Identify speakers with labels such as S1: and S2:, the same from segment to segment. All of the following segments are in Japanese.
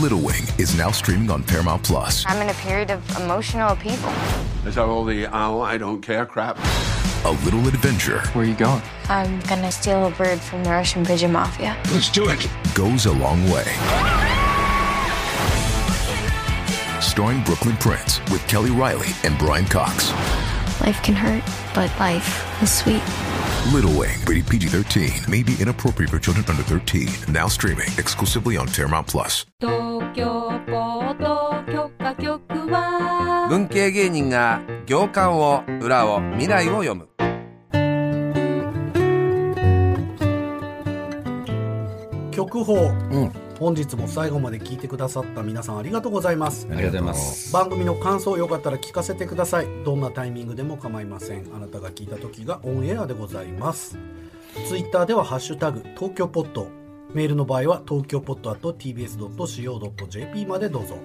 S1: Little Wing is now streaming on Paramount Plus.
S2: I'm in a period of emotional upheaval.
S3: Let's have all the oh, I don't care crap.
S1: A little adventure
S4: Where are you going?
S2: I'm gonna steal a bird from the Russian pigeon mafia.
S3: Let's do it.
S1: goes a long way. Starring Brooklyn Prince with Kelly Riley and Brian Cox.
S5: Life can hurt, but life is sweet.
S1: Little Wing, rated PG 13, may be inappropriate for children under 13. Now streaming exclusively on Paramount Plus.
S6: 東京ポート許可局は
S7: 文系芸人が行間を裏を未来を読む
S8: 曲報、
S7: ん
S8: 本日も最後まで聞いてくださった皆さんありがとうございます
S9: ありがとうございます。
S8: 番組の感想よかったら聞かせてくださいどんなタイミングでも構いませんあなたが聞いた時がオンエアでございますツイッターでは「ハッシュタグ東京ポット」メールの場合は東京ポット .tbs.co.jp までどうぞ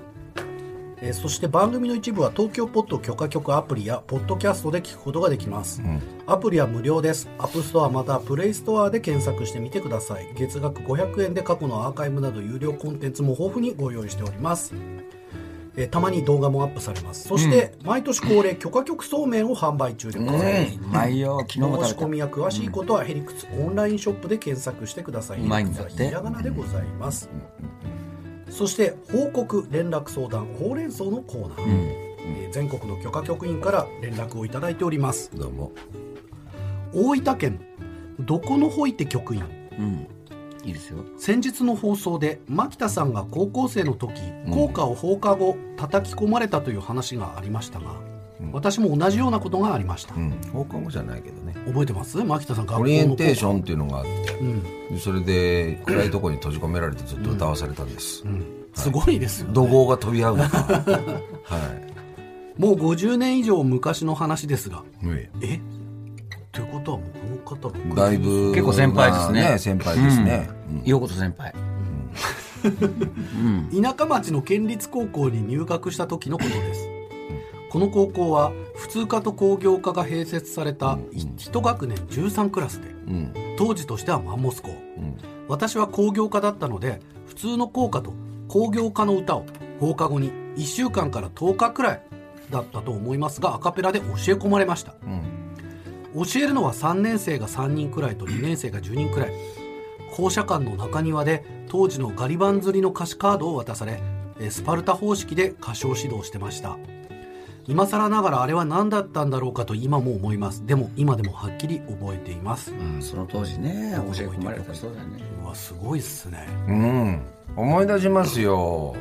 S8: えーそして番組の一部は東京ポッド許可局アプリやポッドキャストで聞くことができます、アプリは無料ですアップストアまたはプレイストアで検索してみてください月額500円で過去のアーカイブなど有料コンテンツも豊富にご用意しておりますえーたまに動画もアップされますそして、毎年恒例許可局そうめんを販売中でございます、
S9: うまいよ。昨日も
S8: 申し
S9: 食
S8: 込
S9: べ
S8: み
S9: た。
S8: や詳しいことはヘリクツオンラインショップで検索してください。
S9: うまいんだって
S8: ひらがなでございます。そして報告連絡相談ほうれん草のコーナー、えー全国の許可局員から連絡をいただいております。
S7: どうも
S8: 大分県どこのほいて局員
S9: いいですよ。
S8: 先日の放送で牧田さんが高校生の時校歌を放課後叩き込まれたという話がありましたが、私も同じようなことがありました、
S7: うん放課後じゃないけどね
S8: 覚えてます牧田さん学校の
S7: オリエンテーシ
S8: ン
S7: ョンっていうのがあって、でそれで暗いとこに閉じ込められてずっと歌わされたんです、
S8: すごいですよね
S7: 怒号が飛び合うのか は
S8: もう50年以上昔の話ですが
S7: い、え
S8: えってことはもうこの方
S7: え
S8: 僕
S7: だいぶ
S9: 結構先輩ですね
S7: まあ先輩ですね、うん
S9: ようこそ先輩。
S8: 田舎町の県立高校に入学した時のことですこの高校は普通科と工業科が併設された一学年13クラスで
S7: うん
S8: 当時としてはマンモス校
S7: うん
S8: 私は工業科だったので普通の校歌と工業科の歌を放課後に1週間から10日くらいだったと思いますがアカペラで教え込まれました
S7: うん
S8: 教えるのは3年生が3人くらいと2年生が10人くらい校舎間の中庭で当時のガリバン釣りの歌詞カードを渡されえースパルタ方式で歌唱指導してました今更ながらあれは何だったんだろうかと今も思いますでも今でもはっきり覚えています
S9: うん、その当時ね、教え込まれたそうだね。
S8: うわすごいっすね
S7: うん、思い出しますよ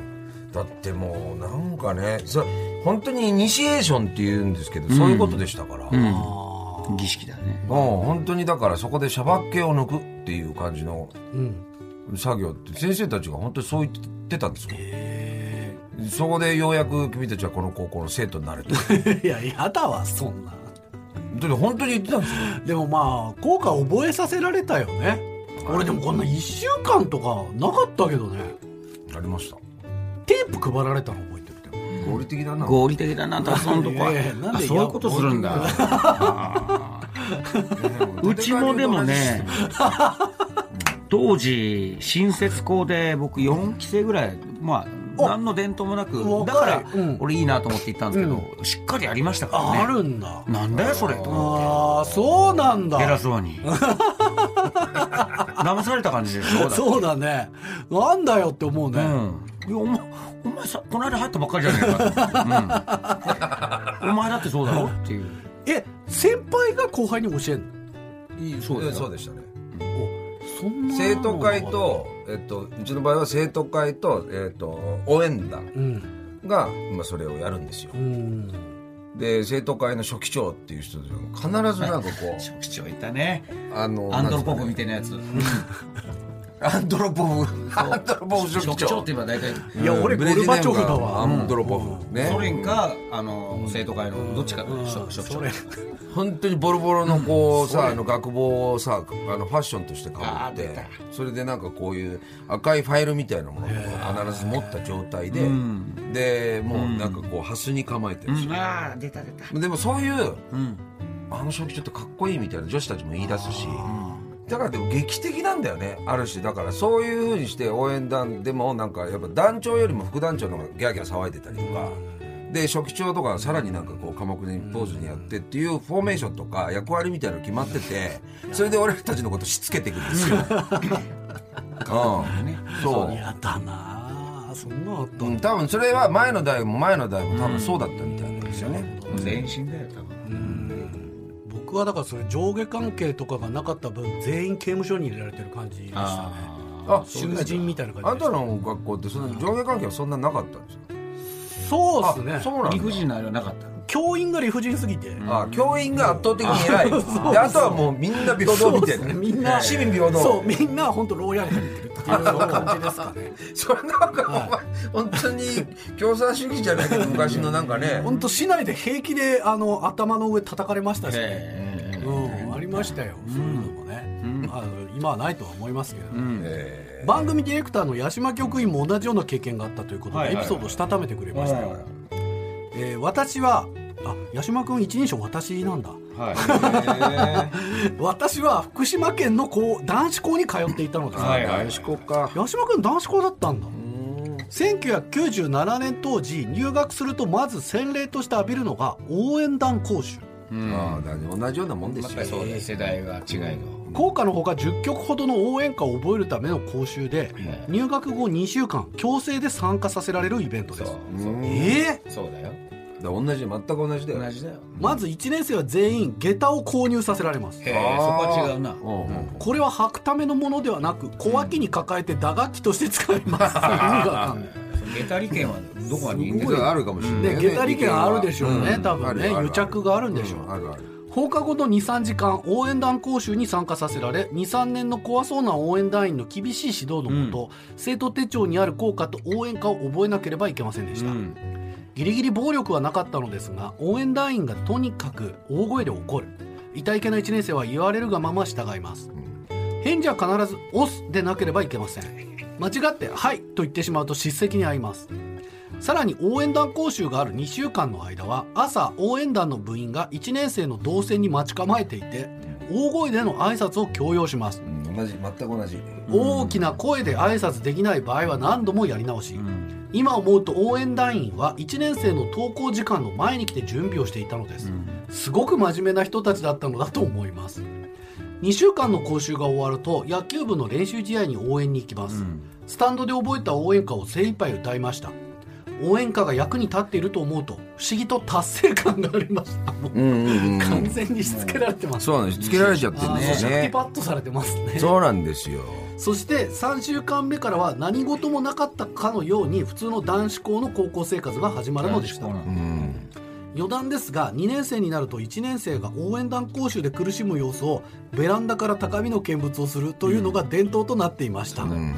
S7: だってもうなんかねそ本当にイニシエーションって言うんですけど、そういうことでしたから、
S9: う。
S7: もうん
S8: あ
S9: 儀式だね。
S7: 本当にだからそこでシャバっ気を抜くっていう感じの
S8: ーうん
S7: 作業って先生たちが本当にそう言ってたんですよ
S8: え
S7: そこでようやく君たちはこの高校の生徒にな れとだって
S8: ーいややだわそんな
S7: 本当に言ってたんですよ
S8: でもまあ効果覚えさせられたよね俺でもこんな1週間とかなかったけどね
S7: ありました
S8: テープ配られたの覚えてるけど
S7: 合理的だな
S9: 合理的だな、たくさんのと こは。
S8: いやいやなん
S9: あ
S8: で
S9: そういうことするんだ。あーうちもでもね、当時、新設校で僕4期生ぐらい、まあ、
S8: お
S9: 何の伝統もな
S8: 若
S9: く、
S8: い
S9: だから
S8: うん、
S9: 俺いいなと思って行ったんですけど、しっかりやりましたからね。
S8: あるんだ
S9: なんだよ、それ。と思って
S8: ああそうなんだ
S9: 偉そうに 騙された感じでしょ
S8: そうだねなんだよって思うね、
S9: だってうんいやお前お前さこの間入ったばっかりじゃねえか、うん、お前だってそうだろっていう
S8: え先輩が後輩に教えん
S7: いいそうそうでしたね
S8: のおそんな
S7: 生徒会と、えっと、うちの場合は生徒会と、えっと、応援団
S8: うん
S7: が、まあ、それをやるんですよ
S8: うん
S7: で生徒会の初期長っていう人で必ずなんかこう
S9: 職長いたね
S7: あの
S9: アンドロポフみ
S7: て
S9: たいなやつ
S7: アンドロ ポフアンドロポフ初期
S9: 職長
S7: 長
S9: って言えば大体
S8: いや
S7: うん
S8: 俺
S7: ブレジネン
S8: ゴ
S7: ガ
S8: ルバチョフだわ
S7: アンドロポフね
S9: ソ連かあの生徒会のどっちかだよ職職長
S8: それ
S7: 本当にボロボロのこうさあの学帽をさあのファッションとしてか
S9: あ
S7: ぶ
S9: ー
S7: っ
S9: 出
S7: て
S9: た
S7: それでなんかこういう赤いファイルみたいなものを必ず持った状態ででもうなんかこうハスに構えてるし
S9: ああ出た出た
S7: でもそういう
S9: うん
S7: あの初期ちょっとかっこいいみたいな女子たちも言い出すしだからでも劇的なんだよねある種だからそういうふうにして応援団でもなんかやっぱ団長よりも副団長の方がギャーギャー騒いでたりとか、で初期長とかさらになんかこう寡黙にポーズにやってっていうフォーメーションとか役割みたいなの決まっててそれで俺たちのことしつけてくる んですよ。うん
S9: ね
S7: そう
S8: やだなあそんなのあった
S7: うんん、
S8: だ
S7: 多分それは前の代も前の代も多分そうだったみたいなんですよね、
S9: 全身だよ多分
S8: 僕はだからそれ上下関係とかがなかった分全員刑務所に入れられてる感じでしたね
S7: あ
S8: 囚人みたいな
S7: あ
S8: 感
S7: ん
S8: じでした
S7: たの学校ってそんな上下関係はそんななかったんですよ
S8: そう
S7: あ
S8: ですね
S7: そうなん
S9: 理
S7: だ
S9: 不尽なあれはなかった
S8: 教員が理不尽すぎて、
S7: あ教員が圧倒的に偉 いであとはもうみんな平等みたいな、
S8: そうですねみんな
S7: 市民平等
S8: そうみんな本当牢屋に入ってるっていう感じですかね
S7: それなんかお前、本当に共産主義じゃないけど昔のなんかね
S8: 本当市内で平気であの頭の上叩かれましたしね、
S9: え
S8: うん、ありましたよ、そういうのもね、あの今はないとは思いますけど、
S7: え
S8: 番組ディレクターの八島局員も同じような経験があったということで、
S9: はいはいはい
S8: エピソードをしたためてくれ
S9: え
S8: ましたよ、えー私はあ八島君一人称私なんだ
S9: は
S8: 私は福島県の高男子校に通っていたのです、
S9: いはい
S7: ー、思考か
S8: 八島君男子校だったんだ1997年当時入学するとまず洗礼として浴びるのが応援団講習
S7: ああだね同じようなもんですよ、
S9: ね世代は違いの
S8: 効果のほか10曲ほどの応援歌を覚えるための講習で入学後2週間強制で参加させられるイベントですえー
S9: そうだよ
S7: だから同じ全く同じだよ
S9: じだよ
S8: まず1年生は全員下駄を購入させられます
S9: え
S7: あ
S9: そ
S7: ー
S9: こは違うな
S7: うんうんうん
S8: これは履くためのものではなく小脇に抱えて打楽器として使います 意味がわかんない
S9: 下駄利権はどこにいいんだ
S7: ここに
S9: よ
S7: あるかもしれない
S8: ね、下駄利権あるでしょうね、
S7: うん
S8: 多分
S7: あ
S8: ね
S7: るある
S8: 癒着があるんでしょう、
S7: うんあるある
S8: 放課後の23時間応援団講習に参加させられ23年の怖そうな応援団員の厳しい指導のもと、生徒手帳にある効果と応援歌を覚えなければいけませんでした、ギリギリ暴力はなかったのですが応援団員がとにかく大声で怒るいたいけな1年生は言われるがまま従います、返事は必ず「押す」でなければいけません間違って「はい」と言ってしまうと叱責に遭いますさらに応援団講習がある2週間の間は朝応援団の部員が1年生の動線に待ち構えていて大声での挨拶を強要します
S7: うん同じ全く同じ
S8: 大きな声で挨拶できない場合は何度もやり直し、今思うと応援団員は1年生の登校時間の前に来て準備をしていたのです、すごく真面目な人たちだったのだと思います2週間の講習が終わると野球部の練習試合に応援に行きます、スタンドで覚えた応援歌を精一杯歌いました応援歌が役に立っていると思うと不思議と達成感がありましたもう
S7: うんうん
S8: 完全にしつけられてます、
S7: そうなんですつけられちゃってるん
S8: あー
S7: です
S8: シ
S7: よ
S8: ャキ
S7: ね
S8: パッとされてますね
S7: そうなんですよ
S8: そして3週間目からは何事もなかったかのように普通の男子校の高校生活が始まるのでした
S7: うん
S8: 余談ですが2年生になると1年生が応援団講習で苦しむ様子をベランダから高みの見物をするというのが伝統となっていました、
S7: うん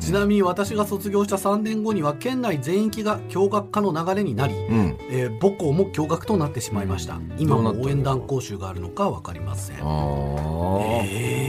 S8: ちなみに私が卒業した3年後には県内全域が共学化の流れになり、
S7: うん
S8: えー母校も共学となってしまいました今も応援団講習があるのか分かりません
S7: ああ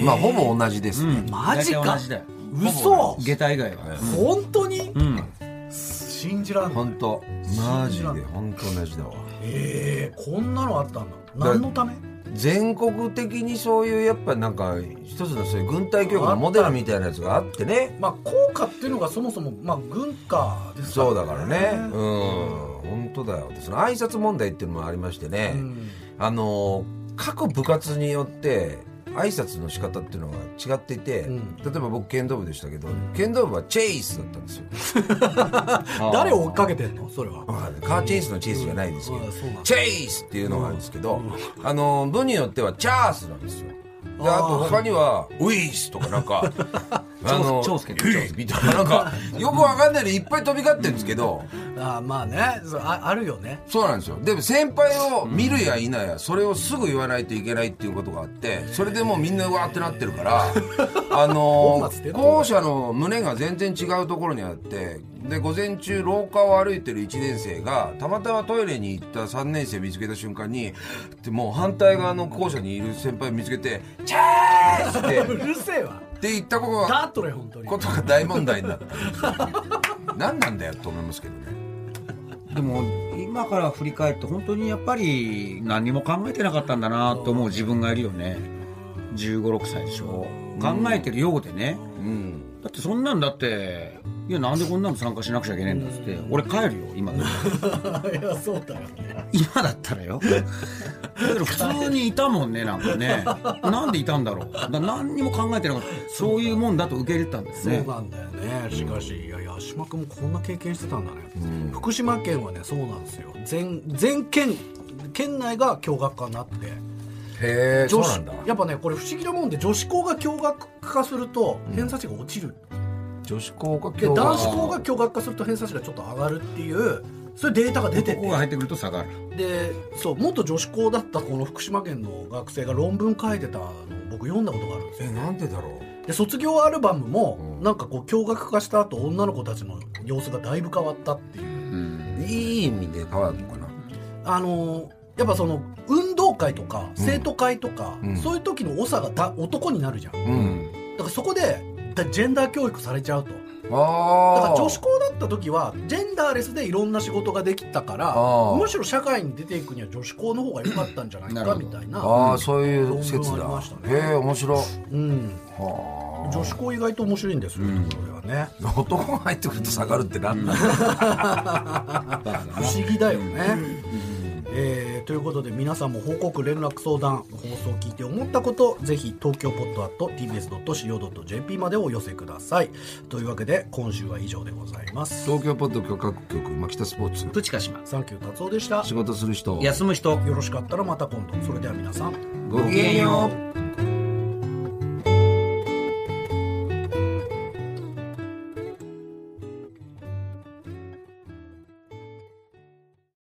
S7: まあほぼ同じですね
S8: マジ
S9: 大体
S8: か
S9: 同じだよ
S8: 嘘
S9: 下駄以外は
S8: 本当に
S9: うん
S8: 信じらんない
S7: 本当マジで本当同じだわ
S8: えー、こんなのあったんだ何のため
S7: 全国的にそういうやっぱなんか一つのそういう軍隊教育のモデルみたいなやつがあってね
S8: まあ効果っていうのがそもそも、まあ、軍歌です
S7: そうだからねうん本当だよその挨拶問題っていうのもありましてね、
S8: うん
S7: あの各部活によって挨拶の仕方っていうのが違っていて、
S8: ん
S7: 例えば僕剣道部でしたけど剣道部はチェイスだったんですよ
S8: 誰を追っかけてんのそれは
S7: わかんないカーチェイスのチェイスじゃないんですけど、
S8: うんそうなんだ
S7: チェイスっていうのがあるんですけど、あの部によってはチャースなんですよであと他にはウイースとかなん かあの
S9: チョウスケ
S7: ウイースみたいななんかよくわかんないのいっぱい飛び交ってるんですけど
S8: あーまあねそうああるよね
S7: そうなんですよでも先輩を見るや否やそれをすぐ言わないといけないっていうことがあってそれでもうみんなうわーってなってるから あの
S8: 本末転倒
S7: 校舎の胸が全然違うところにあってで午前中廊下を歩いてる1年生がたまたまトイレに行った3年生見つけた瞬間にでもう反対側の校舎にいる先輩見つけて「チェース!」って
S8: うるせえわ
S7: って言ったこと
S8: だ
S7: が
S8: っとれ本当に
S7: ことが大問題になった んですよ何なんだよと思いますけどね
S9: でも今から振り返って本当にやっぱり何も考えてなかったんだなと思う自分がいるよね1 5 6歳でしょ考えてるようでね、だってそんなんだっていやなんでこんなの参加しなくちゃいけないんだっつって、俺帰るよ今だったら
S8: いやそうだよね
S9: 今だったらよだけど 普通にいたもんねなんかねなんでいたんだろうだから何にも考えてなかったそういうもんだと受け入れてたんです
S8: そう
S9: ね
S8: なんだよねしかしいや八島君もこんな経験してたんだね、福島県はねそうなんですよ全全県県内が共学科になって
S7: へえそう
S8: 女
S7: な
S8: 子
S7: んだ
S8: やっぱねこれ不思議なもんで女子校が共学化すると偏差値が落ちる、
S7: 女子高か
S8: で男子校が共学化すると偏差値がちょっと上がるっていうそういうデータが出て
S9: ここが
S8: て
S9: 入ってくると下がる
S8: でそう元女子校だったこの福島県の学生が論文書いてたのを僕読んだことがあるんですよ
S7: えなんでだろ
S8: で卒業アルバムもなんかこう共学化した後女の子たちの様子がだいぶ変わったっていう
S7: ういい意味で変わるのかな
S8: あのーやっぱその運動会とか生徒会とか、そういう時の長がだ男になるじゃんだ
S7: うん
S8: からそこでだジェンダー教育されちゃうと
S7: あ
S8: だ
S7: あ
S8: から女子校だった時はジェンダーレスでいろんな仕事ができたから
S7: あー
S8: むしろ社会に出ていくには女子校の方が良かったんじゃない
S9: なる
S8: か
S9: ほど
S8: みたいな
S7: ああそういう説
S8: 論文あり
S7: だ
S8: ました
S7: へ
S8: ね
S7: え面白い
S8: うん、
S7: は
S8: 女子校意外と面白いんですよ、そういうところではね
S7: あ男が入ってくると下がるってなん だ
S8: 不思議だよね、えーということで皆さんも報告連絡相談放送を聞いて思ったことぜひ東京ポッドアット TBS.CO.JP までお寄せくださいというわけで今週は以上でございます
S7: 東京ポッド許可局牧田スポーツ
S9: プチカシマ
S8: サンキュー達夫でした
S7: 仕事する人
S9: 休む人
S8: よろしかったらまた今度それでは皆さん
S7: ごきげんよう